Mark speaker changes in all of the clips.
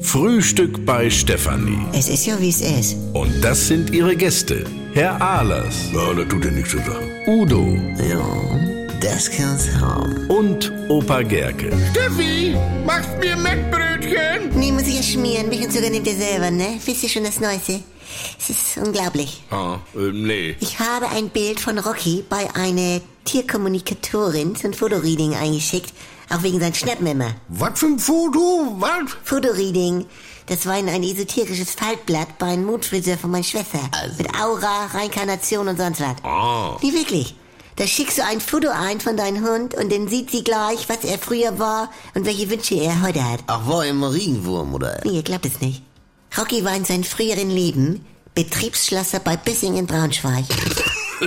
Speaker 1: Frühstück bei Stefanie.
Speaker 2: Es ist ja, wie es ist.
Speaker 1: Und das sind ihre Gäste. Herr Ahlers. Ja, da tut er nichts zu sagen. Udo
Speaker 2: Ja, das kann's haben.
Speaker 1: und Opa Gerke.
Speaker 3: Steffi, machst mir Mettbrötchen?
Speaker 2: Nee, muss ich ja schmieren. Mich und sogar nehmt ihr selber, ne? Wisst ihr schon das Neueste? Es ist unglaublich.
Speaker 3: Ah, ähm, nee.
Speaker 2: Ich habe ein Bild von Rocky bei einer Tierkommunikatorin zum Fotoreading eingeschickt. Auch wegen seinen Schnappen immer.
Speaker 3: Was für ein Foto? Was?
Speaker 2: Fotoreading. Das war in ein esoterisches Faltblatt bei einem Mutfriseur von meiner Schwester. Mit Aura, Reinkarnation und sonst was.
Speaker 3: Ah.
Speaker 2: Wie wirklich? Da schickst du ein Foto ein von deinem Hund und dann sieht sie gleich, was er früher war und welche Wünsche er heute hat.
Speaker 4: Ach, war immer Regenwurm, oder?
Speaker 2: Nee, ihr glaubt es nicht. Rocky war in seinem früheren Leben Betriebsschlosser bei Bissing in Braunschweig.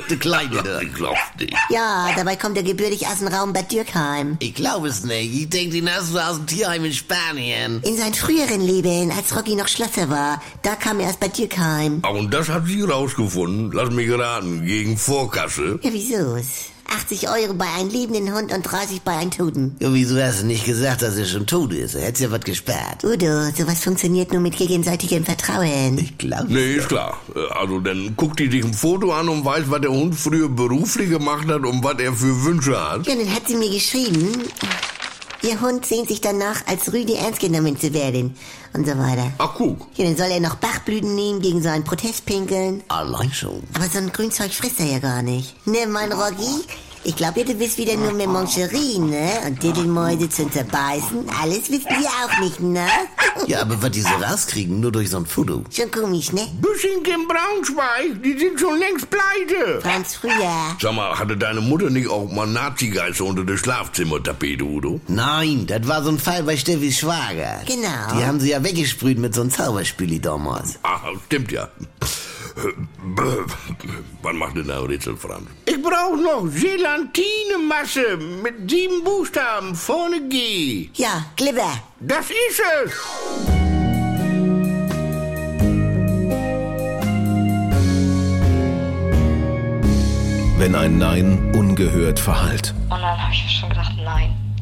Speaker 4: Der Kleine da. Ich glaub's nicht.
Speaker 2: Ja, dabei kommt er gebürtig aus dem Raum Bad Dürkheim.
Speaker 4: Ich glaub es nicht. Ich denk, den hast du aus dem Tierheim in Spanien.
Speaker 2: In seinem früheren Leben, als Rocky noch Schlosser war, da kam er aus Bad Dürkheim.
Speaker 3: Ah, Und das hat sie rausgefunden. Lass mich raten. Gegen Vorkasse.
Speaker 2: Ja, wieso's? 80 Euro bei einem lebenden Hund und 30 bei einem Toten.
Speaker 4: Ja, wieso hast du nicht gesagt, dass er schon tot ist? Er hätt's ja was gespart.
Speaker 2: Udo, sowas funktioniert nur mit gegenseitigem Vertrauen.
Speaker 4: Ich glaub.
Speaker 3: Nee, ist klar. Äh, Also dann guckt die sich ein Foto an und weiß, was der Hund früher beruflich gemacht hat und was er für Wünsche hat.
Speaker 2: Ja, dann hat sie mir geschrieben, ihr Hund sehnt sich danach, als Rüdi ernst genommen zu werden und so weiter.
Speaker 3: Ach, guck.
Speaker 2: Ja, dann soll er noch Bachblüten nehmen, gegen seinen Protest pinkeln.
Speaker 4: Allein schon.
Speaker 2: Aber so ein Grünzeug frisst er ja gar nicht. Ne, mein Rocky? Ich glaube, du bist wieder nur mit Moncherie, ne? Und Diddelmäuse zum Zerbeißen. Alles wisst ihr auch nicht, ne?
Speaker 4: Ja, aber was die so rauskriegen, nur durch so ein Foto.
Speaker 2: Schon komisch, ne?
Speaker 3: Büssing in Braunschweig. Die sind schon längst pleite.
Speaker 2: Franz früher.
Speaker 3: Sag mal, hatte deine Mutter nicht auch mal Nazi-Geister unter der Schlafzimmertapete, Udo?
Speaker 4: Nein, das war so ein Fall bei Steffis Schwager.
Speaker 2: Genau.
Speaker 4: Die haben sie ja weggesprüht mit so einem Zauberspüli damals.
Speaker 3: Ah, stimmt ja. Wann macht denn der Rätsel, Franz? Ich brauche noch Gelatinemasse mit sieben Buchstaben vorne G.
Speaker 2: Ja, Glibber.
Speaker 3: Das ist es.
Speaker 5: wenn ein Nein ungehört verhallt,
Speaker 6: Und dann habe ich mir schon gedacht, nein.